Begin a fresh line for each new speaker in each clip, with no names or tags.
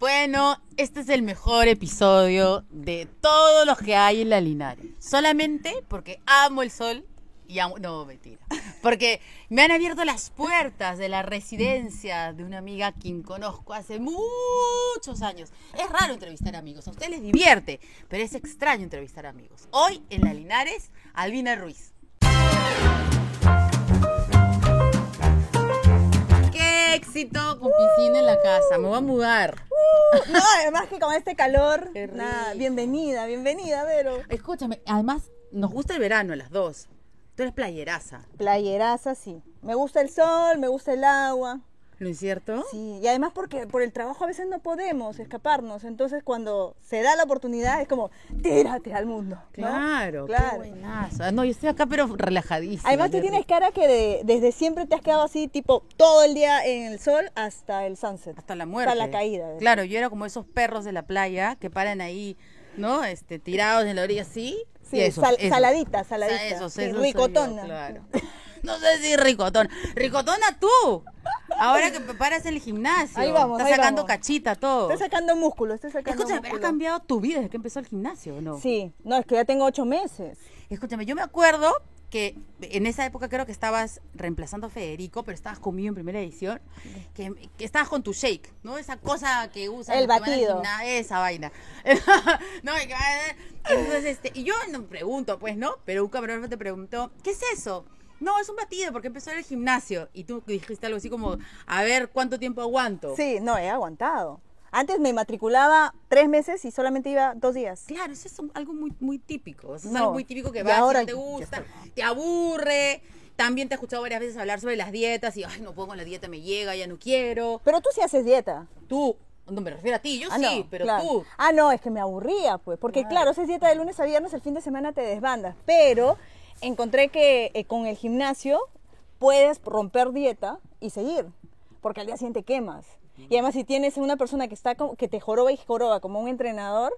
Bueno, este es el mejor episodio de todos los que hay en la Linares. Solamente porque amo el sol y amo... No, mentira. Porque me han abierto las puertas de la residencia de una amiga a quien conozco hace muchos años. Es raro entrevistar amigos, a ustedes les divierte, pero es extraño entrevistar amigos. Hoy en la Linares, Albina Ruiz. ¡Qué éxito con piscina en la casa! Me voy a mudar.
No, además que con este calor,
Qué
nada,
rico.
bienvenida, bienvenida, Vero.
Escúchame, además nos gusta el verano a las dos. Tú eres playeraza,
Playeraza, sí. Me gusta el sol, me gusta el agua.
¿no es cierto?
Sí, y además porque por el trabajo a veces no podemos escaparnos, entonces cuando se da la oportunidad es como, tírate al mundo. ¿no?
Claro, claro.
claro.
buenazo. Ah, No, yo estoy acá pero relajadísima.
Además tú
Jerry.
tienes cara que de- desde siempre te has quedado así, tipo, todo el día en el sol hasta el sunset.
hasta la muerte.
Hasta la caída. ¿eh?
Claro, yo era como esos perros de la playa que paran ahí, ¿no? Este, tirados en la orilla así.
Sí,
y esos,
sal-
esos.
saladita, saladita.
Esos,
Sí,
esos soy
ricotona.
yo, claro. No sé si ricotona. Ricotona tú. Ahora que preparas el gimnasio.
Ahí vamos,
Estás
ahí
sacando
vamos.
cachita todo.
Estoy sacando músculo, estoy sacando
Escúchame, pero ha
músculo.
cambiado tu vida desde que empezó el gimnasio, ¿o ¿no?
Sí, no, es que ya tengo ocho meses.
Escúchame, yo me acuerdo que en esa época creo que estabas reemplazando a Federico, pero estabas conmigo en primera edición, que, que estabas con tu shake, ¿no? Esa cosa que usas.
El
los que van al
batido.
gimna- Esa vaina. no, y que va- entonces, este, y yo no pregunto, pues, ¿no? Pero un camarógrafo te preguntó, ¿qué es eso? No, es un batido, porque empezó en el gimnasio. Y tú dijiste algo así como, a ver, ¿cuánto tiempo aguanto?
Sí, no, he aguantado. Antes me matriculaba tres meses y solamente iba dos días.
Claro, eso es un- algo muy, muy típico. Eso es
No.
algo muy típico que
Y
vas, y
ahora
no te
ya
gusta,
estoy.
te aburre. También te he escuchado varias veces hablar sobre las dietas y, ay, no puedo con la dieta, me llega, ya no quiero.
Pero tú sí haces dieta.
Tú, no me refiero a ti, yo
Ah,
sí,
no,
pero
claro.
tú.
Ah, no, es que me aburría, pues. Porque claro. haces dieta de lunes a viernes, el fin de semana te desbandas. Pero encontré que eh, con el gimnasio puedes romper dieta y seguir. Porque al día siguiente quemas. Y además si tienes una persona que, está como- que te joroba y joroba como un entrenador,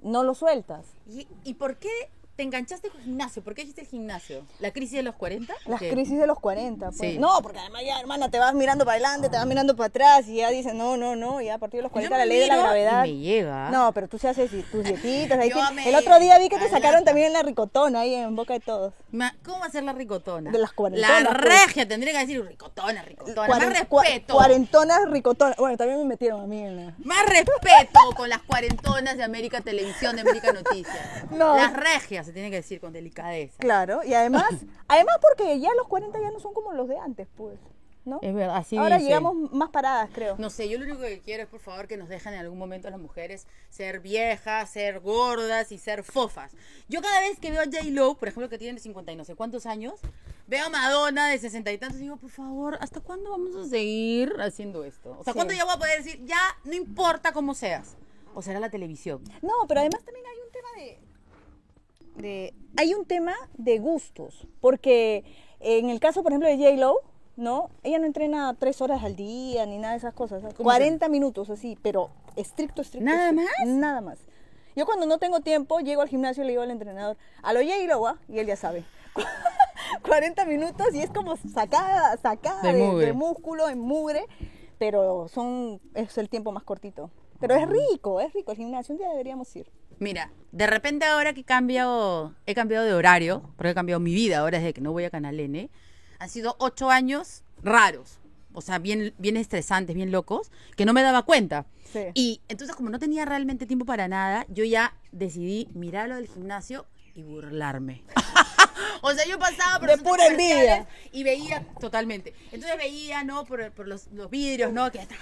no lo sueltas.
¿Y, y por qué te enganchaste con el gimnasio? ¿Por qué dijiste el gimnasio? ¿La crisis de los 40?
Las
¿Qué?
crisis de los 40, pues.
Sí.
No, porque además ya, hermana, te vas mirando para adelante, te vas mirando para atrás y ya dices, no, no, no, ya a partir de los 40
me
la ley de la
miro y
gravedad.
me llega.
No, pero tú se haces y- tus dietitas. ahí
Yo
tienes-
me-
El otro día vi que te
Calaca.
sacaron también la ricotona ahí en boca de todos.
Ma- ¿Cómo hacer la ricotona?
De las
La
cuarentonas, pues.
regia, tendría que decir ricotona, ricotona.
Cuaren-
Más
cua-
respeto.
Cuarentonas ricotonas. Bueno, también me metieron a mí en la-
Más respeto con las cuarentonas de América Televisión, de América Noticias.
No.
Las regias, se tiene que decir con delicadeza.
Claro, y además, además porque ya los 40 ya no son como los de antes, pues. ¿no?
Es verdad, así
Ahora
dicen.
llegamos más paradas, creo.
No sé, yo lo único que quiero es, por favor, que nos dejen en algún momento a las mujeres ser viejas, ser gordas y ser fofas. Yo cada vez que veo a J-Lo, por ejemplo, que tiene 50 y no sé cuántos años, veo a Madonna de 60 y tantos y digo, por favor, ¿hasta cuándo vamos a seguir haciendo esto? O sea,
Sí.
¿cuándo ya voy a poder decir, ya, no importa cómo seas? O será la televisión.
No, pero además también hay un tema de, de- hay un tema de gustos, porque en el caso, por ejemplo, de J Lo, ¿no? Ella no entrena tres horas al día ni nada de esas cosas,
se-
40 minutos así, pero estricto, estricto.
¿Nada
estricto, Nada más. Yo cuando no tengo tiempo, llego al gimnasio y le digo al entrenador, a lo J Lo, ¿ah?", y él ya sabe. 40 minutos y es como sacada, sacada
De
de, de
mugre.
músculo, en mugre, pero son, es el tiempo más cortito. Pero es rico, es rico el gimnasio, un día deberíamos ir.
Mira, de repente ahora que cambio, he cambiado de horario, porque he cambiado mi vida ahora desde que no voy a Canal N, han sido ocho años raros, o sea, bien, bien estresantes, bien locos, que no me daba cuenta.
Sí.
Y entonces como no tenía realmente tiempo para nada, yo ya decidí mirar lo del gimnasio y burlarme. O sea, yo pasaba por los
De
centros
pura envidia.
comerciales y veía totalmente. Entonces veía, ¿no? Por, por los, los vidrios, ¿no? Que está-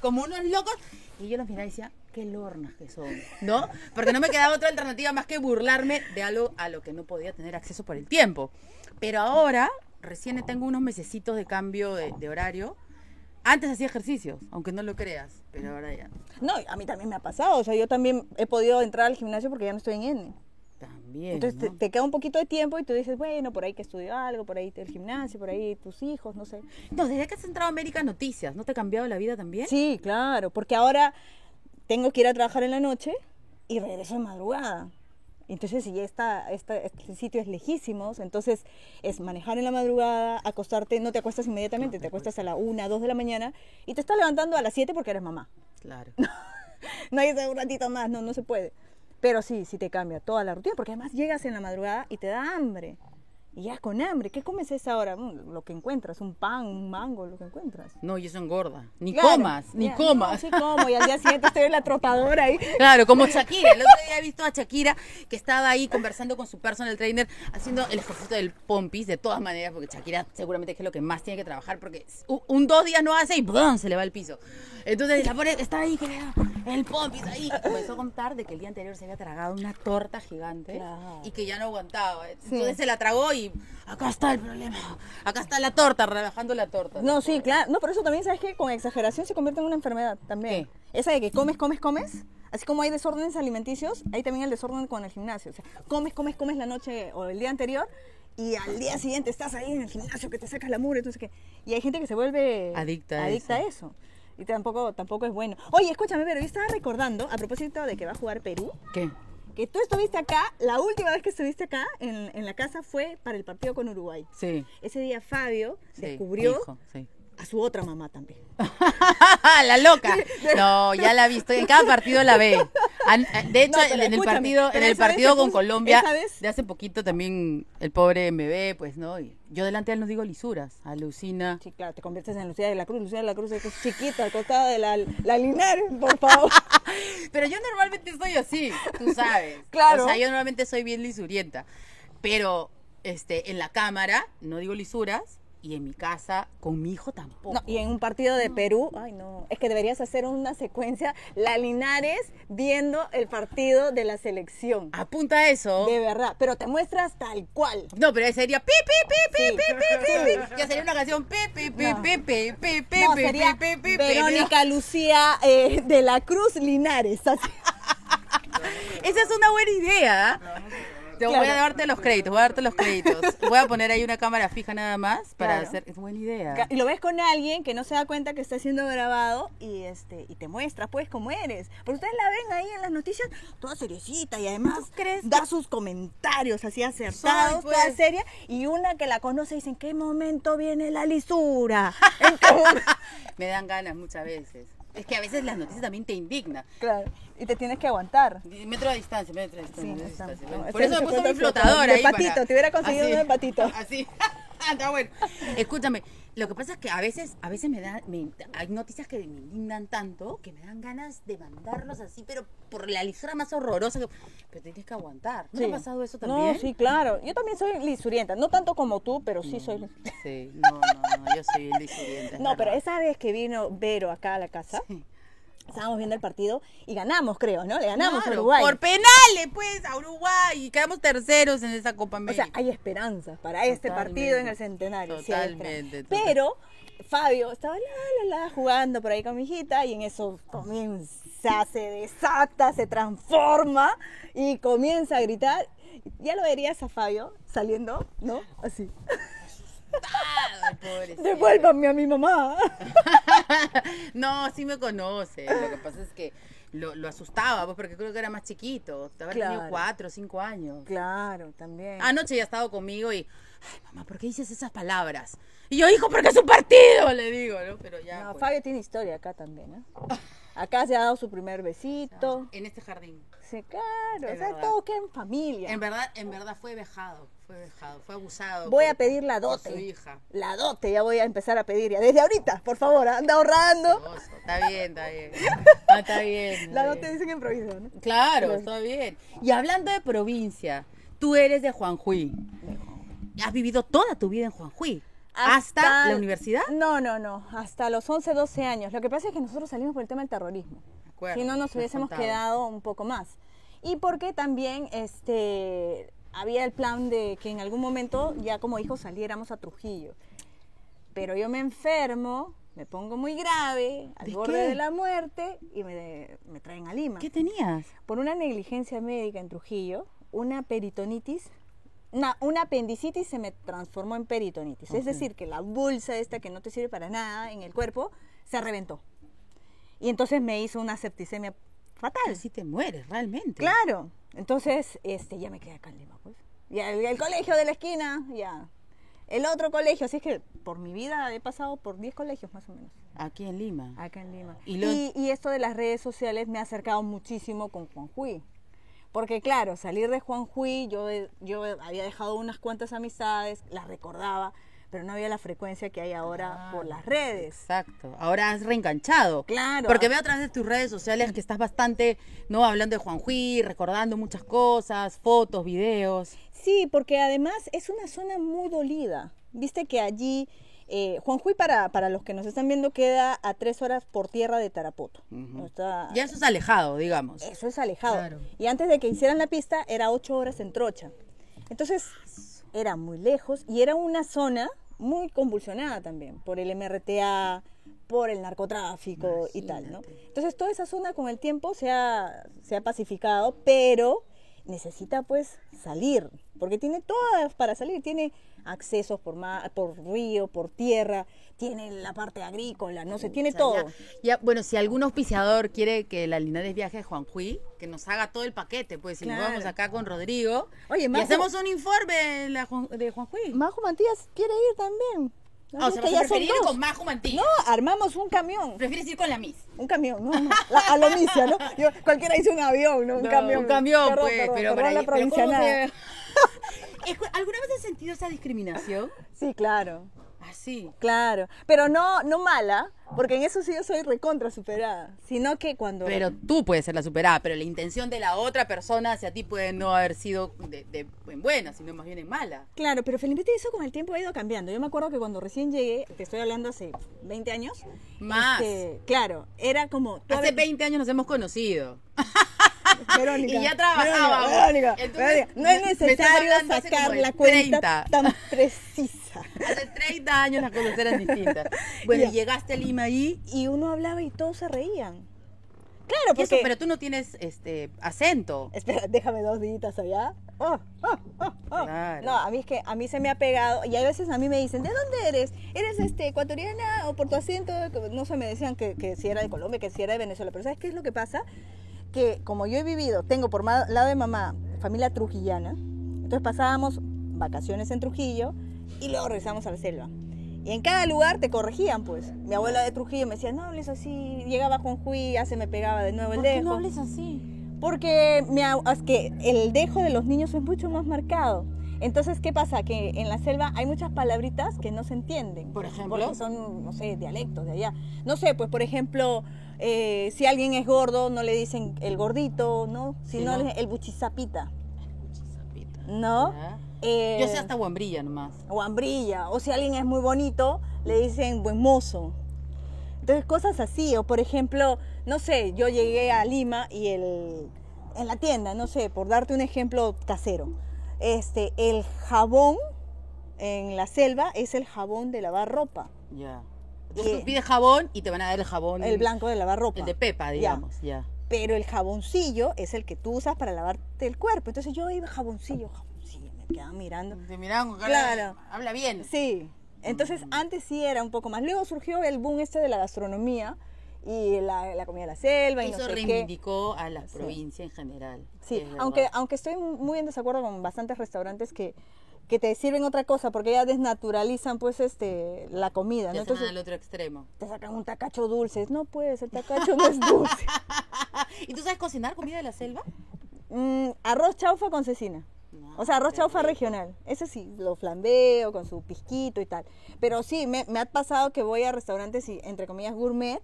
como unos locos. Y yo los miraba y decía, qué lornas que son, ¿no? Porque no me quedaba otra alternativa más que burlarme de algo a lo que no podía tener acceso por el tiempo. Pero ahora, recién tengo unos mesecitos de cambio de, de horario. Antes hacía ejercicios, aunque no lo creas, pero ahora ya.
No, a mí también me ha pasado. O sea, yo también he podido entrar al gimnasio porque ya no estoy en N.
También.
Entonces te,
¿no?
te queda un poquito de tiempo y tú dices, bueno, por ahí que estudio algo, por ahí el gimnasio, por ahí tus hijos, no sé.
No, desde que has entrado a América Noticias, ¿no te ha cambiado la vida también?
Sí, claro, porque ahora tengo que ir a trabajar en la noche y regreso de madrugada. Entonces, si ya está, está- este sitio es lejísimos, entonces es manejar en la madrugada, acostarte, no te acuestas inmediatamente, te acuestas a la 1, 2 de la mañana y te estás levantando a las 7 porque eres mamá.
Claro.
no hay un ratito más, no, no se puede. Pero sí, sí te cambia toda la rutina, porque además llegas en la madrugada y te da hambre. Y ya con hambre, ¿qué comes a esa hora? Mm, Lo que encuentras, un pan, un mango, lo que encuentras.
No, y eso engorda. Ni
Claro,
comas, ni
ya, no,
comas.
sí como, y al día siguiente estoy en la trotadora ahí.
Claro, como Shakira. El otro día he visto a Shakira que estaba ahí conversando con su personal trainer, haciendo el ejercicio del pompis, de todas maneras, porque Shakira seguramente es lo que más tiene que trabajar, porque s- u- un dos días no hace y ¡brum! se le va al piso. Entonces la pobre está ahí, que le da el pompis ahí. Y comenzó a contar de que el día anterior se había tragado una torta gigante
Claro.
y que ya no aguantaba. Entonces se la tragó y acá está el problema. Acá está la torta, rebajando la torta.
No, sí, claro. No, pero eso también, ¿sabes que Con exageración se convierte en una enfermedad también. Esa de que comes, comes, comes. Así como hay desórdenes alimenticios, hay también el desorden con el gimnasio. O sea, comes, comes, comes la noche o el día anterior y al día siguiente estás ahí en el gimnasio que te sacas la mugre, entonces que y hay gente que se vuelve
Adicta a
adicta a eso. Y tampoco tampoco es bueno. Oye, escúchame, pero yo estaba recordando a propósito de que va a jugar Perú,
¿Qué?
que tú estuviste acá, la última vez que estuviste acá en, en la casa fue para el partido con Uruguay.
Sí.
Ese día Fabio
sí,
descubrió
hijo, sí.
a su otra mamá también.
la loca. No, ya la he visto. En cada partido la ve. An- a- De hecho,
No, pero
en el
escúchame,
partido, en
pero
el
esa vez
partido
se
con
puso-
Colombia
esa vez-
de hace poquito también el pobre MB, pues, ¿no? Y yo delante de él no digo lisuras, alucina.
Sí, claro, te conviertes en Lucía de la Cruz. Lucía de la Cruz es que es chiquita, al costado de la, la Linares, por favor.
Pero yo normalmente soy así, tú sabes.
Claro.
O sea, yo normalmente soy bien lisurienta. Pero este, en la cámara no digo lisuras y en mi casa con mi hijo tampoco.
No, y en un partido de Perú, ay no, es que deberías hacer una secuencia, la Linares viendo el partido de la selección.
Apunta a eso.
De verdad, pero te muestras tal cual.
No, pero ahí sería pi, pi, pi, pi,
Sí.
pi, pi, pi, pi. Ya sería una canción pi, pi, pi,
No.
pi, pi, pi, pi,
No,
pi,
sería
pi, pi, pi,
Verónica Lucía eh, de la Cruz Linares. así.
pi. Esa es una buena idea. Te voy a
Claro.
darte los créditos, voy a darte los créditos. Voy a poner ahí una cámara fija nada más para
Claro.
hacer. Es buena idea.
Y lo ves con alguien que no se da cuenta que está siendo grabado y este y te muestra pues cómo eres. Pero ustedes la ven ahí en las noticias toda seriecita y además
¿Tú crees
da sus comentarios así
Soy,
acertados,
pues.
toda seria. Y una que la conoce dice, ¿en qué momento viene la lisura? ¿En qué momento?"
Me dan ganas muchas veces. Es que a veces las noticias también te indignan.
claro, y te tienes que aguantar.
Metro de distancia, metro de
Sí,
distancia. metro de
está.
distancia.
No,
Por eso
ese
me
se
puse
encuentra
mi flotador
flotando. De
ahí.
patito,
para-
te hubiera conseguido
así.
uno de patito.
Así. Está bueno. Escúchame, lo que pasa es que a veces, a veces me da, me- hay noticias que me indignan tanto que me dan ganas de mandarlos así, pero por la lisura más horrorosa. que- Pero tienes que aguantar. ¿No te
Sí.
ha pasado eso
No,
también?
sí, claro. Yo también soy lisurienta, no tanto como tú, pero sí soy lisurienta.
Sí, no, no, no, yo soy disidente.
No, pero esa vez que vino Vero acá a la casa,
Sí.
estábamos viendo el partido y ganamos, creo, ¿no? Le ganamos a
Claro,
Uruguay.
Por penales, pues, a Uruguay. Y quedamos terceros en esa Copa
O
América.
sea, hay esperanza para este
Totalmente.
partido en el centenario. sí hay
Totalmente,
esperanza. Pero Fabio estaba la, la, la, jugando por ahí con mi hijita y en eso comienza, se desata, se transforma y comienza a gritar. Ya lo verías a Fabio saliendo, ¿no? Así.
Ah, pobrecito.
Devuélvanme a mi mamá.
no, sí me conoce. Lo que pasa es que lo, lo asustaba, pues, porque creo que era más chiquito. Habrá tenido
Claro.
cuatro o cinco años.
Claro, también.
Anoche ya ha estado conmigo y, ay, mamá, ¿por qué dices esas palabras? Y yo, hijo, porque es un partido, le digo, ¿no? Pero ya.
No,
pues,
Fabio tiene historia acá también, ¿eh? Acá se ha dado su primer besito.
en este jardín.
Sí, claro.
Es
O sea,
verdad.
todo queda en familia.
En verdad, en verdad fue vejado, fue vejado, fue abusado.
Voy
por-
a pedir la
por
dote.
su hija.
La dote ya voy a empezar a pedir. Ya desde ahorita, por favor, anda ahorrando.
Oso, Está bien, está bien. Ah, está bien. está
La
bien.
dote dicen improviso, ¿no?
Claro, está bien. Y hablando de provincia, tú eres de Juanjuy. Has vivido toda tu vida en Juanjuy. Hasta, la universidad.
No, no, no. Hasta los 11, 12 años. Lo que pasa es que nosotros salimos por el tema del terrorismo.
De acuerdo,
si no,
me
nos
has
hubiésemos
contado.
quedado un poco más. Y porque también este, había el plan de que en algún momento, ya como hijos, saliéramos a Trujillo. Pero yo me enfermo, me pongo muy grave, al
¿De
borde
qué?
de la muerte, y me, me traen a Lima.
¿Qué tenías?
Por una negligencia médica en Trujillo, una peritonitis, una, una apendicitis se me transformó en peritonitis. Es decir, que la bolsa esta que no te sirve para nada en el cuerpo se reventó. Y entonces me hizo una septicemia fatal.
Si te mueres, realmente.
Claro. Entonces, este, ya me quedé acá en Lima, pues. Y el, el colegio de la esquina, ya. El otro colegio, así es que por mi vida he pasado por 10 colegios más o menos.
Aquí en Lima.
acá en Lima.
Y
Y,
lo-
y esto de las redes sociales me ha acercado muchísimo con Juan Juí. Porque claro, salir de Juan Juí, yo, he- yo he- había dejado unas cuantas amistades, las recordaba, pero no había la frecuencia que hay
Ah,
ahora por las redes.
Exacto. Ahora has reenganchado.
Claro.
Porque veo a través de tus redes sociales que estás bastante, ¿no? Hablando de Juan Juí, recordando muchas cosas, fotos, videos.
Sí, porque además es una zona muy dolida. Viste que allí, eh, Juanjuy, para, para los que nos están viendo, queda a tres horas por tierra de Tarapoto. O sea,
Ya eso es alejado, digamos.
Eso es alejado.
Claro.
Y antes de que hicieran la pista, era ocho horas en trocha. Entonces, era muy lejos y era una zona muy convulsionada también por el MRTA, por el narcotráfico y tal, ¿no? Entonces, toda esa zona con el tiempo se ha, se ha pacificado, pero necesita pues salir, porque tiene todas para salir, tiene accesos por, ma- por río, por tierra, tiene la parte agrícola, no sé, tiene
O sea,
todo.
Ya, ya, bueno, si algún auspiciador quiere que la Linares viaje a Juanjuy, que nos haga todo el paquete, pues si nos
Claro.
vamos acá con Rodrigo.
Oye,
y
Majo-
hacemos un informe de, la Juan- de Juanjuy.
Majo Mantías quiere ir también.
Ah, o sea,
Así que
vas a
ya son
preferir ir
dos.
con Majo Mantilla.
No, armamos un camión.
Prefieres ir con la Miss.
Un camión, no, no. La, a lo misia, ¿no? Yo- cualquiera dice un avión, ¿no? Un
No,
camión.
Un camión,
Perdón,
pues,
perdón,
pero
perdón
para
la
ahí- pero ¿cómo
provinciana.
se- Escu- ¿Alguna vez has sentido esa discriminación? Ah,
Sí, claro,
Así.
claro. Pero no, no mala, porque en eso sí yo soy recontra superada. Sino que cuando.
Pero tú puedes ser la superada, pero la intención de la otra persona hacia ti puede no haber sido de, de- en buena, sino más bien en mala.
Claro, pero felizmente eso con el tiempo ha ido cambiando. Yo me acuerdo que cuando recién llegué, te estoy hablando hace 20 años.
Más.
este, claro, era como. tú
Hace
hablas-
20 años nos hemos conocido.
Verónica.
Y ya trabajábamos.
Verónica, Verónica,
Entonces,
Verónica. No es
me estás
necesario
hablando hace como
sacar
de
la
30.
cuenta tan precisa.
Hace 30 años las cosas eran distintas. Bueno,
Ya.
y llegaste a Lima y...
Y uno hablaba y todos se reían. Claro,
y
porque...
eso, pero tú no tienes este acento.
Espera, déjame dos deditas allá. Oh, oh, oh, oh.
Claro.
No, a mí es que a mí se me ha pegado y a veces a mí me dicen, ¿de dónde eres? ¿Eres este, ecuatoriana o por tu acento? No sé, me decían que, que si era de Colombia, que si era de Venezuela. Pero ¿sabes qué es lo que pasa? Que como yo he vivido, tengo por ma- lado de mamá familia trujillana, entonces pasábamos vacaciones en Trujillo y luego regresamos a la selva. Y en cada lugar te corregían, pues. Mi abuela de Trujillo me decía, no hables así. Llegaba con Juí, ya se me pegaba de nuevo el dejo.
así?
Porque mi au- es que el dejo de los niños es mucho más marcado. Entonces, ¿qué pasa? Que en la selva hay muchas palabritas que no se entienden.
Por ejemplo.
Porque son, no sé, dialectos de allá. No sé, pues por ejemplo, eh, si alguien es gordo, no le dicen el gordito, ¿no? Sino
Sí, ¿no?
le- el buchizapita, ¿no?
Ya.
Eh,
Ah. Yo sé hasta guambrilla nomás.
O hambrilla. O si alguien es muy bonito, le dicen buen mozo. Entonces, cosas así. O por ejemplo, no sé, yo llegué a Lima y el, en la tienda, no sé, por darte un ejemplo casero, este, el jabón en la selva es el jabón de lavar ropa.
Ya.
Sí.
Tú pides jabón y te van a dar el jabón.
El blanco de lavar ropa.
El de Pepa,
Ya.
digamos, ya.
pero el jaboncillo es el que tú usas para lavarte el cuerpo. Entonces yo iba jaboncillo, jaboncillo, me quedaba mirando.
Te miraban con
cara de- Claro.
Habla bien.
Sí, entonces antes sí era un poco más. Luego surgió el boom este de la gastronomía y la, la comida de la selva y no
Eso
sé qué.
reivindicó a las provincias en general.
Sí,
es
aunque,
verdad.
aunque estoy muy en desacuerdo con bastantes restaurantes que, que te sirven otra cosa, porque ya desnaturalizan pues este la
Ya
comida, ¿no?
se van
Entonces
al otro extremo.
te sacan un tacacho dulce. No puedes, el tacacho no es dulce.
¿Y tú sabes cocinar comida de la selva?
Mm, arroz chaufa con cecina.
No,
O sea, arroz
qué
chaufa
rico.
regional. Ese sí, lo flambeo con su pisquito y tal. Pero sí, me, me ha pasado que voy a restaurantes y, entre comillas, gourmet,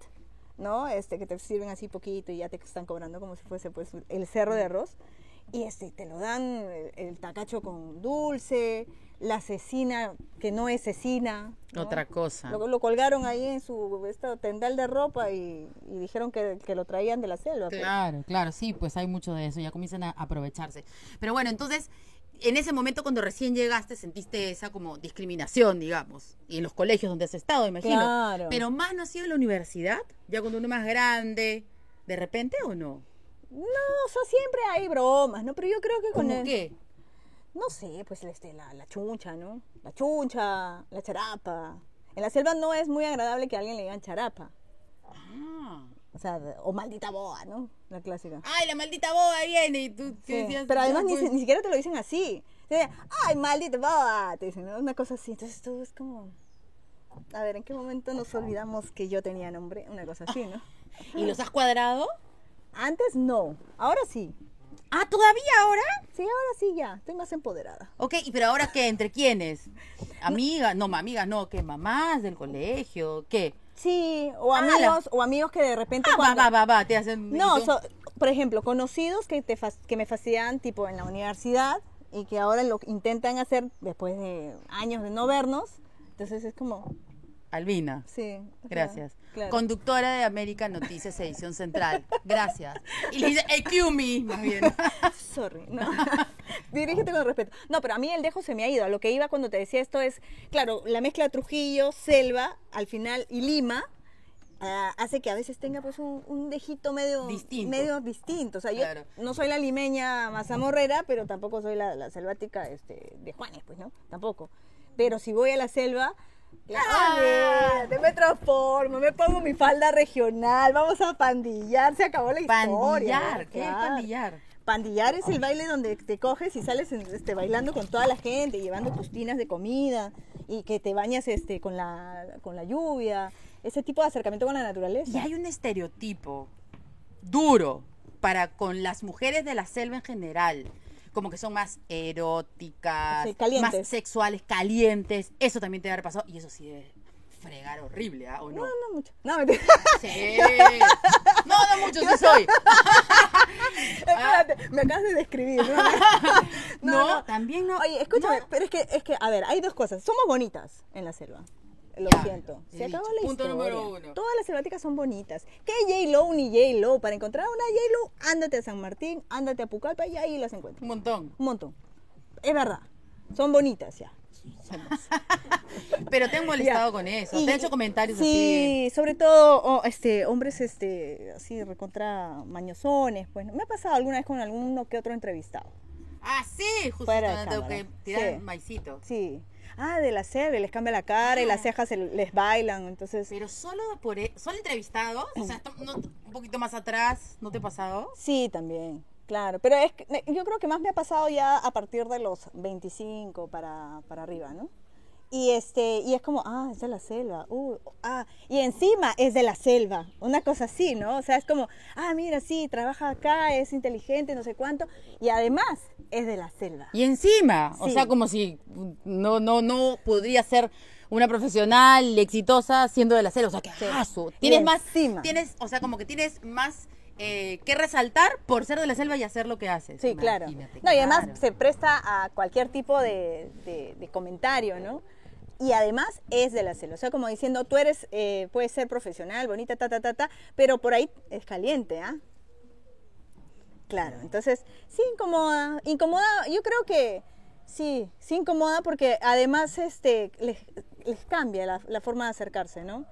¿no? Este, que te sirven así poquito y ya te están cobrando como si fuese, pues, el cerro de arroz. Y este, te lo dan el, el tacacho con dulce, la cecina, que no es cecina. ¿no?
Otra cosa.
Lo, lo colgaron ahí en su esta, tendal de ropa y, y dijeron que, que lo traían de la selva. pues.
Claro, claro, sí, pues hay mucho de eso, ya comienzan a aprovecharse. Pero bueno, entonces, en ese momento cuando recién llegaste sentiste esa como discriminación, digamos, y en los colegios donde has estado, imagino.
Claro.
Pero más no ha sido en la universidad, ya cuando uno más grande, ¿de repente o no?
No, o sea, siempre hay bromas, ¿no? Pero yo creo que con
¿Cómo
el-
qué?
No sé, pues este, la, la chuncha, ¿no? La chuncha, la charapa. En la selva no es muy agradable que a alguien le digan charapa.
Ah.
O sea, de- o maldita boa, ¿no? La clásica.
Ay, la maldita boba viene y tú... tú
Sí,
decías,
Pero además
ya,
ni,
pues,
si- ni siquiera te lo dicen así. Te dicen, ay, maldita boa, te dicen, ¿no? Una cosa así. Entonces tú es como... A ver, ¿en qué momento nos olvidamos que yo tenía nombre? Una cosa así, ¿no?
¿Y los has cuadrado?
Antes no, ahora sí.
Ah, ¿todavía ahora?
Sí, ahora sí ya, estoy más empoderada.
Ok, ¿y pero ahora qué? ¿Entre quiénes? Amigas, no, ma- amigas, no, ¿qué? Mamás del colegio, ¿qué?
Sí, o
Ah, la-
amigos, o amigos que de repente
Ah, va,
cuando-
va, va, va, te hacen...
No,
y tú-
so- por ejemplo, conocidos que, te fas- que me fastidiaban tipo en la universidad y que ahora lo intentan hacer después de años de no vernos. Entonces es como,
Albina.
sí. o sea,
Gracias.
claro.
Conductora de América Noticias Edición Central. Gracias. Y le dice, "Excuse me", más bien.
Sorry, no. Dirígete con respeto. No, pero a mí el dejo se me ha ido. A lo que iba cuando te decía esto es, claro, la mezcla de Trujillo, Selva, al final, y Lima, ah, hace que a veces tenga pues un, un dejito medio
Distinto.
medio distinto. O sea, yo
Claro.
no soy la limeña mazamorrera, pero tampoco soy la, la selvática este, de Juanes, pues, ¿no? Tampoco. Pero si voy a la selva... ¡Ah! Me transformo, me pongo mi falda regional, vamos a pandillar, se acabó la historia.
Pandillar. ¿Qué es
Claro.
pandillar?
Pandillar es el baile donde te coges y sales en- este, bailando con toda la gente, llevando tus tinas de comida y que te bañas este, con, la, con la lluvia. Ese tipo de acercamiento con la
Y
naturaleza.
hay un estereotipo duro para con las mujeres de la selva en general. Como que son más eróticas,
Sí, calientes.
más sexuales, calientes. Eso también te debe haber pasado. Y eso sí debe fregar horrible, ¿ah? ¿O no?
No, no mucho. No, mentira.
Sí. No, no mucho, sí soy.
Espérate, me acabas de describir. ¿no?
No, también no.
Oye, escúchame, pero es que, es que, a ver, hay dos cosas. Somos bonitas en la selva. Lo
Ya,
siento.
he
Se acabó
dicho.
la
Punto
historia.
número uno.
Todas las selváticas son bonitas. ¿Qué J-Lo ni J-Lo? Para encontrar una J-Lo, ándate a San Martín, ándate a Pucallpa y ahí las encuentras.
Un montón.
Un montón. Es verdad. Son bonitas ya.
Pero te han molestado
Ya.
con eso.
Y-
te han hecho comentarios
Sí, sobre todo oh, este, hombres este, así recontra mañosones. Pues, ¿no? me ha pasado alguna vez con alguno que otro entrevistado.
así. Ah, sí, justo
Fuera de
cuando tengo que
cámara.
tirar
Sí.
el maicito.
Sí. Ah, de la selva, les cambia la cara y
Ah.
las cejas se les bailan. Entonces,
Pero solo por e- solo entrevistados, o sea, esto- no- un poquito más atrás, ¿no te ha pasado?
sí, también. Claro, pero es que, me- yo creo que más me ha pasado ya a partir de los 25 para, para arriba, ¿no? Y este y es como, ah, es de la selva. Uh, ah, y encima es de la selva. Una cosa así, ¿no? O sea, es como, ah, mira, sí, trabaja acá, es inteligente, no sé cuánto y además es de la selva.
Y encima, o
Sí.
sea, como si no no no podría ser una profesional exitosa siendo de la selva, o sea, qué aso. Tienes
Y
más
encima.
tienes, o sea, como que tienes más eh, que resaltar por ser de la selva y hacer lo que haces.
Sí, claro.
Imagínate,
No, y además
claro.
se presta a cualquier tipo de, de- de comentario, ¿no? Y además es de la selva. O sea, como diciendo, tú eres, eh, puedes ser profesional, bonita, ta, ta, ta, ta, pero por ahí es caliente, ¿ah? Claro, entonces sí incomoda, incomoda, yo creo que sí, sí incomoda porque además este, les, les cambia la, la forma de acercarse, ¿no?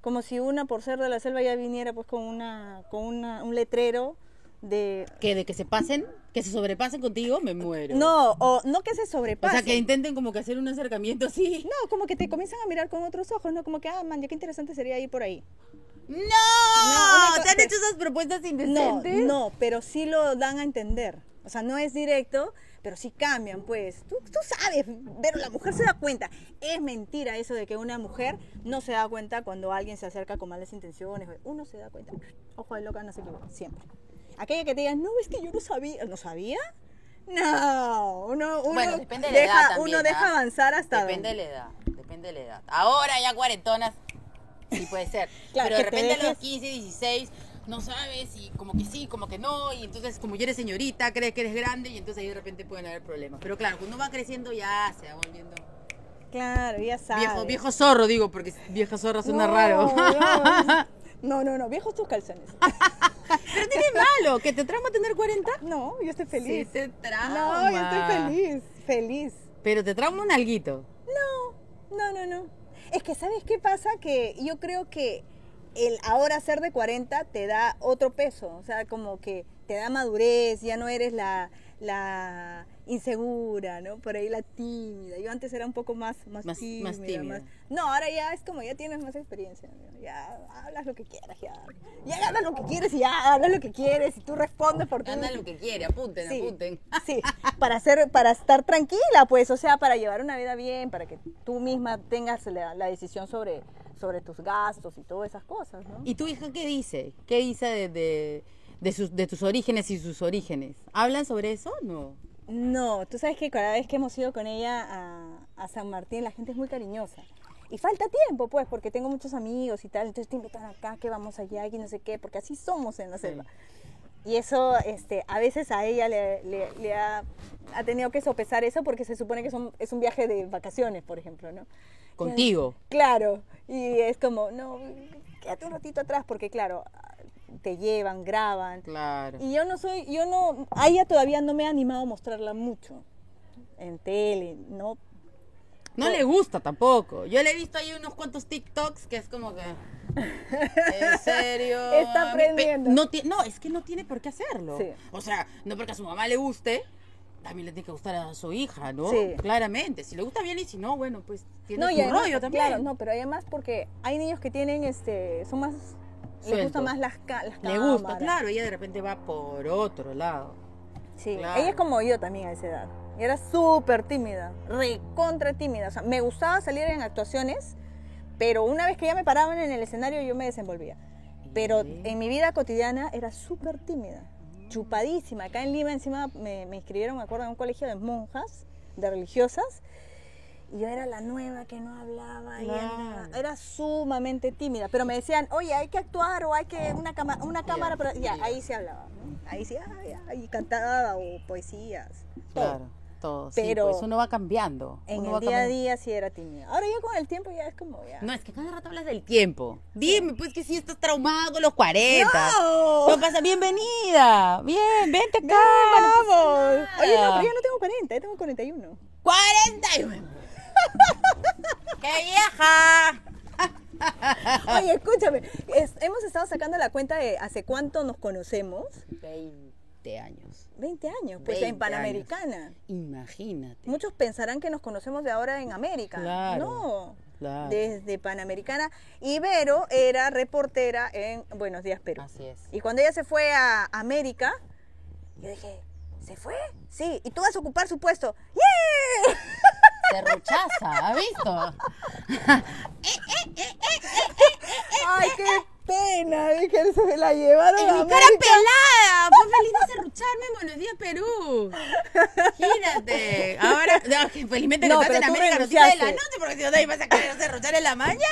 Como si una por ser de la selva ya viniera pues con, una, con una- un letrero de
que de que se pasen, que se sobrepasen contigo, me muero.
no, o no que se
O
sobrepasen.
sea, que intenten como que hacer un acercamiento así.
No, como que te comienzan a mirar con otros ojos, ¿no? Como que, ah, man, ya qué interesante sería ir por ahí.
¡No!
una
¿Te han
cosa-
hecho esas propuestas
No,
indecentes?
no, pero sí lo dan a entender. O sea, no es directo, pero sí cambian, pues. Tú, tú sabes, pero la mujer se da cuenta. Es mentira eso de que una mujer no se da cuenta cuando alguien se acerca con malas intenciones. Uno se da cuenta. Ojo de loca, no se equivoca, siempre. Aquella que te diga, no, es que yo no sabía. ¿No sabía? No, uno, uno
Bueno, depende de la
deja,
edad también,
uno deja
¿ah?
avanzar hasta
Depende
donde-
de la edad, depende de la edad. Ahora ya cuarentonas, sí puede ser.
Claro,
pero de
que te
repente a los
dejes-
15, 16, no sabes y como que sí, como que no. Y entonces como ya eres señorita, crees que eres grande y entonces ahí de repente pueden haber problemas. Pero claro, cuando uno va creciendo ya se va volviendo...
Claro, ya sabes.
Viejo, viejo zorro, digo, porque viejo zorro suena
No,
raro.
No, no, no, no, viejos tus calzones.
pero tiene malo, que te trauma tener 40.
No, yo estoy
Sí,
feliz.
te trauma.
no, yo estoy feliz, feliz.
Pero te trauma un alguito.
No, no, no, no. Es que, ¿sabes qué pasa? Que yo creo que el ahora ser de 40 te da otro peso, o sea, como que te da madurez, ya no eres la, la insegura, ¿no? Por ahí la tímida. Yo antes era un poco más, más,
Más- más
tímida.
tímida.
más- No, ahora ya es como ya tienes más experiencia, ¿no? ya hablas lo que quieras, ya. Ya ganas lo que quieres y ya hablas lo que quieres y tú respondes por ti.
Anda lo que quiere, apunten,
Sí,
apunten.
sí, para ser, para estar tranquila, pues, o sea, para llevar una vida bien, para que tú misma tengas la, la decisión sobre, sobre tus gastos y todas esas cosas, ¿no?
¿Y tu hija qué dice? ¿Qué dice de, de, de sus, de tus orígenes y sus orígenes? ¿Hablan sobre eso? No.
No, tú sabes que cada vez que hemos ido con ella a, a San Martín, la gente es muy cariñosa. Y falta tiempo, pues, porque tengo muchos amigos y tal, entonces te invitan acá, que vamos allá, que no sé qué, porque así somos en la selva. Y eso, este, a veces a ella le, le- le ha, ha tenido que sopesar eso porque se supone que son- es un viaje de vacaciones, por ejemplo, ¿no?
Contigo.
Claro, y es como, no, quédate un ratito atrás porque claro, te llevan, graban.
Claro.
Y yo no soy, yo no, a ella todavía no me ha animado a mostrarla mucho en tele, no.
No le gusta tampoco. Yo le he visto ahí unos cuantos TikToks que es como que. En serio.
Está
Pe-
aprendiendo.
No, ti- no, es que no tiene por qué hacerlo.
Sí.
O sea, no porque a su mamá le guste, también le tiene que gustar a su hija, ¿no?
Sí.
Claramente. Si le gusta bien y si no, bueno, pues tiene
No,
su
y además-
rollo también.
Claro, no, pero además porque hay niños que tienen, este, son más, les
Sueltos.
gustan más las, ca- las
Le gusta,
cámaras.
claro. Ella de repente va por otro lado.
Sí,
Claro.
ella es como yo también a esa edad. Y era súper tímida, recontra tímida. O sea, me gustaba salir en actuaciones, pero una vez que ya me paraban en el escenario yo me desenvolvía. Pero en mi vida cotidiana era súper tímida, chupadísima. Acá en Lima encima me, me inscribieron, me acuerdo, en un colegio de monjas, de religiosas. Y yo era la nueva que no hablaba. y era,
Claro.
era sumamente tímida. Pero me decían, oye, hay que actuar o hay que una, cama- una cámara. para-". Ya, ahí se hablaba. ¿no? Ahí sí, ah, ya, y cantaba o poesías. todo.
Claro, todo. sí,
Pero-
pues uno va cambiando.
En
uno
el
va
día a
cambiando.
día sí era tímida. Ahora ya con el tiempo ya es como ya.
No, es que cada rato hablas del tiempo. Dime, pues que si estás traumado con los 40.
¡No!
No pasa, bienvenida. Bien, vente acá.
¡Vamos! Oye, no,
nada.
pero yo no tengo 40, yo tengo 41.
41. ¡Qué vieja!
Oye, escúchame, es- hemos estado sacando la cuenta de hace cuánto nos conocemos.
20 años.
20 años, pues
20
en Panamericana.
Imagínate.
Muchos pensarán que nos conocemos de ahora en América.
Claro,
No.
claro.
Desde Panamericana. Ibero era reportera en Buenos Días Perú.
Así es.
Y cuando ella se fue a América, yo dije, ¿se fue? Sí, y tú vas a ocupar su puesto. ¡Yeah!
Serruchaza, ¿has visto?
¡Ay, qué pena! Dije, se la llevaron
¡Es
a
mi cara
América.
pelada! ¡Fue feliz de serrucharme en Buenos Días Perú! Gírate. Ahora, no, que felizmente que
No,
estás
pero
en
tú
América no de la
renunciaste.
noche, porque si no te ibas a querer serruchar en la mañana.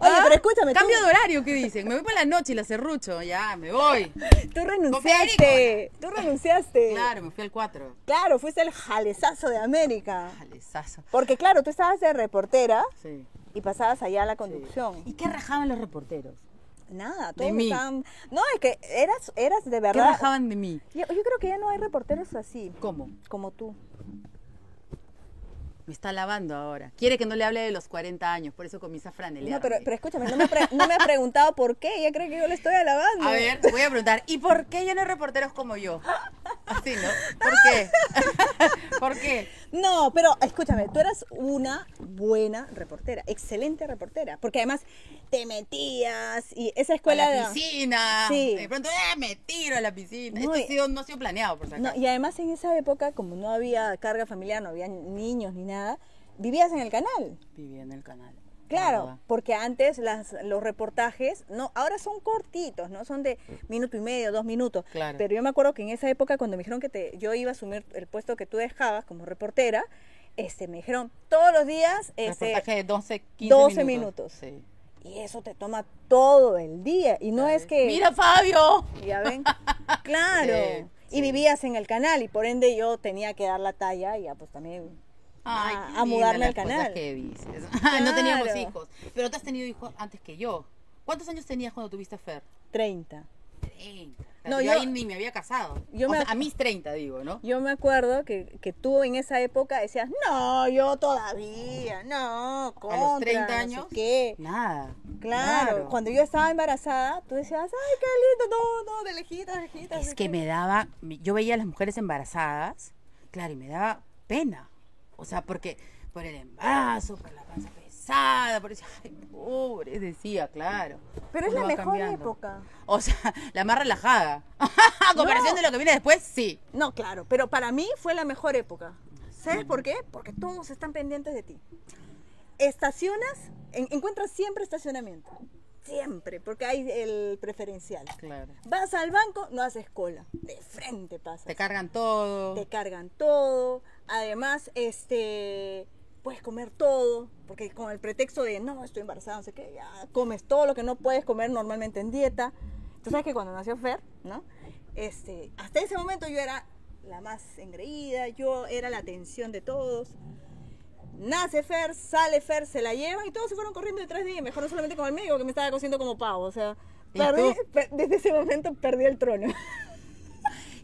¿Ah?
Oye, pero escúchame, tú-
Cambio de horario, ¿qué dicen? Me voy para la noche y la serrucho. Ya, me voy.
Tú renunciaste. Tú renunciaste.
Claro, me fui al 4.
Claro, fuiste el jalezazo de América.
Jalezazo.
Porque claro, tú estabas de reportera
Sí.
y pasabas allá a la conducción.
¿Y qué rajaban los reporteros?
Nada,
De
todos
mí.
estaban... No, es que eras, eras de
¿Qué
verdad...
rajaban de mí?
Yo, yo creo que ya no hay reporteros así,
¿Cómo?
como tú.
Me está lavando ahora. Quiere que no le hable de los 40 años, por eso comienza a franelearme.
No, pero, pero escúchame, no me, pre- no me ha preguntado por qué, ya creo que yo le estoy alabando.
A ver, voy a preguntar, ¿y por qué ya no hay reporteros como yo? Así, ¿no? ¿Por qué? ¿Por qué?
No, pero escúchame, tú eras una buena reportera, excelente reportera, porque además te metías y esa
A
escuela...
la
era-
piscina.
Sí.
De pronto, ¡eh, me tiro a la piscina.
No,
Esto
y-
ha sido, no ha sido planeado, por si
No,
acaso.
y además en esa época, como no había carga familiar, no había niños ni nada, vivías en el canal.
Vivía en el canal.
Claro, porque antes las, los reportajes, no, ahora son cortitos, ¿no? Son de minuto y medio, dos minutos.
Claro.
Pero yo me acuerdo que en esa época cuando me dijeron que te, yo iba a asumir el puesto que tú dejabas como reportera, este, me dijeron todos los días, este,
Reportaje de 12, 15
12 minutos.
minutos. Sí.
y eso te toma todo el día. Y no es que...
¡Mira, Fabio!
Ya ven. Claro.
Sí,
Y vivías en el canal y por ende yo tenía que dar la talla y ya pues también
Ay,
a-
qué
a,
lindas
mudarme
las
al
cosas
canal.
que dices. Ay, No teníamos
Claro.
hijos. Pero tú has tenido hijos antes que yo. ¿Cuántos años tenías cuando tuviste a Fer?
30.
30.
No,
yo,
yo-
ahí ni me había casado.
Yo
O
me-
sea, a mis 30, digo, ¿no?
Yo me acuerdo que, que tú en esa época decías, no, yo todavía, no, contra,
30
no sé
años?
¿Qué?
Nada.
Claro.
Claro.
Cuando yo estaba embarazada, tú decías, ay, qué lindo, no, no, de lejitas, de lejitas.
Es que me daba, yo veía a las mujeres embarazadas, claro, y me daba pena. O sea, porque por el embarazo, por la panza pesada, por eso, ay, pobre, decía, claro.
Pero es
Uno
la
va
mejor época.
O sea, la más relajada. A comparación
No.
de lo que viene después, sí.
No, claro, pero para mí fue la mejor época. ¿Sabes por qué? Porque todos están pendientes de ti. Estacionas, en- encuentras siempre estacionamiento. Siempre, porque hay el preferencial.
Claro.
Vas al banco, no haces cola. De frente pasa.
Te cargan todo.
te cargan todo. Además, este, puedes comer todo, porque con el pretexto de no, estoy embarazada, no sé qué, ya comes todo lo que no puedes comer normalmente en dieta. Tú sabes que cuando nació Fer, ¿no? Este, hasta ese momento yo era la más engreída, yo era la atención de todos. Nace Fer, sale Fer, se la llevan y todos se fueron corriendo detrás de ella. Mejor no solamente con el médico que me estaba cosiendo como pavo. O sea,
¿Y
perdí-
tú?
per- desde ese momento perdí el trono.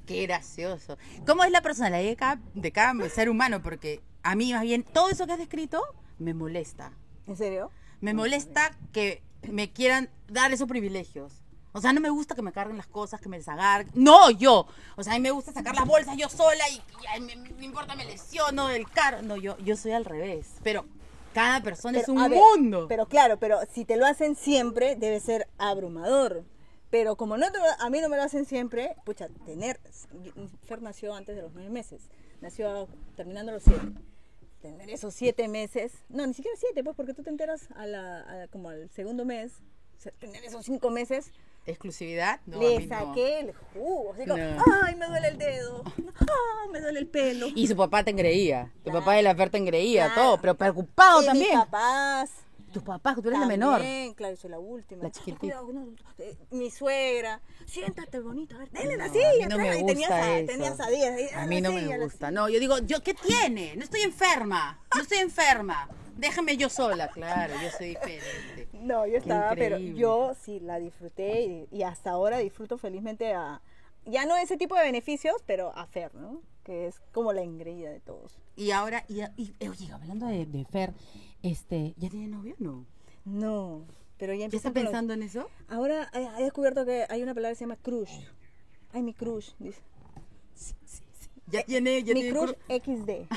Qué gracioso. ¿Cómo es la personalidad de cada, de cada ser humano? Porque a mí, más bien, todo eso que has descrito me molesta.
¿En serio?
Me molesta que me quieran dar esos privilegios. O sea, no me gusta que me carguen las cosas, que me desagarren. No, yo. O sea, a mí me gusta sacar las bolsas yo sola y, y ay, me, me importa, me lesiono del carro. No, yo, yo soy al revés. Pero cada persona es
Pero,
un
a ver,
mundo.
Pero claro, pero si te lo hacen siempre, debe ser abrumador. Pero como no te lo- a mí no me lo hacen siempre, pucha, tener. Fer nació antes de los nueve meses. Nació terminando los siete. Tener esos siete meses. No, ni siquiera siete, pues, porque tú te enteras a la, a la- como al segundo mes. O sea, tener esos cinco meses.
Exclusividad, no. a
le
mí no.
saqué el jugo. Así como,
No.
ay, me duele el dedo. Ah, me duele el pelo.
Y su papá te engreía. Tu papá de la Fer te engreía,
Claro.
todo. Pero preocupado
Y mis
ah, también.
papás.
Tus papás, que tú eres la menor.
También, claro, yo soy la última.
La chiquitita.
Cuidado, no, no, eh, mi suegra. Siéntate bonita, a ver, dale la
No,
silla.
a mí no me
tráela. y
gusta
tenías a,
eso.
tenías a 10. ahí,
A
la
mí no
silla,
me
la
gusta. No, yo digo, yo ¿qué tiene? No estoy enferma. No estoy enferma. Déjame yo sola, claro, yo soy diferente.
silla. No, yo
Qué
estaba, pero
increíble.
yo sí la disfruté y, y hasta ahora disfruto felizmente a. Ya no ese tipo de beneficios, pero a Fer, ¿no? Que es como la engreída de todos.
Y ahora, y, y- eh, oye, hablando de, de Fer, este, ¿ya tiene novio o no?
No, pero ya
¿Ya
empieza
está pensando en eso?
Ahora eh, he descubierto que hay una palabra que se llama crush. Ay, mi crush, dice.
Ya tiene, ya
mi
tiene
crush
cru-
XD.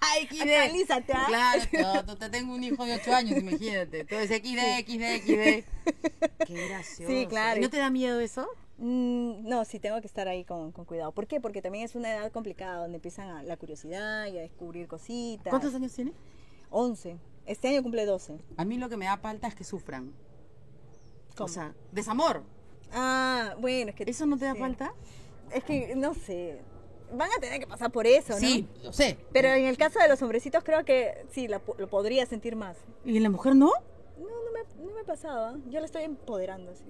Ay, XD.
Actualízate, ¿ah?
Claro, no, tú te tengo un hijo de 8 años, imagínate. Entonces, XD, XD, XD. Qué gracioso.
Sí, claro.
¿Y ¿No te da miedo eso?
Mm, no, sí tengo que estar ahí con, con cuidado. ¿Por qué? Porque también es una edad complicada donde empiezan a- la curiosidad y a descubrir cositas.
¿Cuántos años tiene?
11. Este año cumple 12.
A mí lo que me da palta es que sufran.
¿Cómo?
O sea, desamor.
Ah, bueno, es que...
¿Eso no te da
sí.
falta?
Es que, no sé. Van a tener que pasar por eso, ¿no?
Sí, lo sé.
Pero en el caso de los hombrecitos creo que sí, la po- lo podría sentir más.
¿Y la mujer no?
No, no me, no me pasaba. Yo la estoy empoderando, así.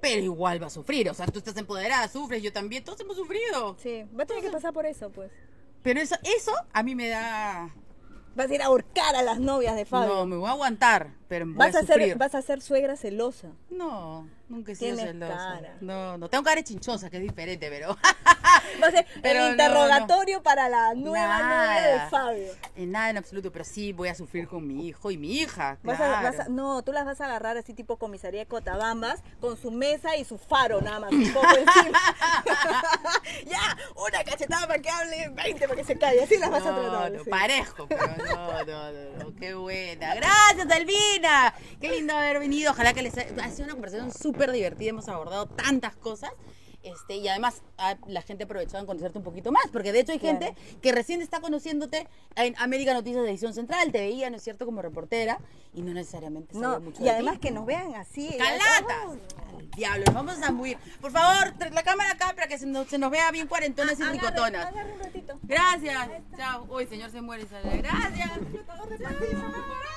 Pero igual va a sufrir. O sea, tú estás empoderada, sufres, yo también. Todos hemos sufrido.
Sí, va a tener que pasar por eso, pues.
Pero eso, eso a mí me da...
Vas a ir a ahorcar a las novias de Fabio.
No, me voy a aguantar, pero me voy
vas,
a
a
sufrir.
ser, vas a ser suegra celosa.
No, nunca he sido
Tienes
celosa.
cara.
No, no. Tengo cara de chinchosa, que es diferente, pero...
Va a ser
Pero
el
no,
interrogatorio para la nueva novia
Nada.
de Fabio.
en nada en absoluto, pero sí voy a sufrir con mi hijo y mi hija,
Vas
claro.
a, vas a- no, tú las vas a agarrar así tipo comisaría de Cotabambas con su mesa y su faro nada más. Un poco encima. ya, una cachetada para que hable, 20 para que se calle. Así las vas a
No,
tratar.
no,
sí.
parejo, pero no, no, no, no, qué buena. Gracias, Albina. Qué lindo haber venido. Ojalá que les haya ha sido una conversación súper divertida. Hemos abordado tantas cosas. Este, y además ha- la gente ha aprovechado en conocerte un poquito más, porque de hecho hay
Claro.
gente que recién está conociéndote en América Noticias de Edición Central, te veía, ¿no es cierto?, como reportera y no necesariamente sabía
No,
mucho
y
de
además
ti.
que nos vean así.
¡Calata!
Ay,
Al diablo, nos vamos a zambuir. Por favor, tra- la cámara acá para que se nos, se nos vea bien cuarentonas y
Ah, agarra-
ricotonas.
agarra un ratito.
Gracias. Chao. Uy, señor se muere. sale. Gracias.
Flotador de pastillas.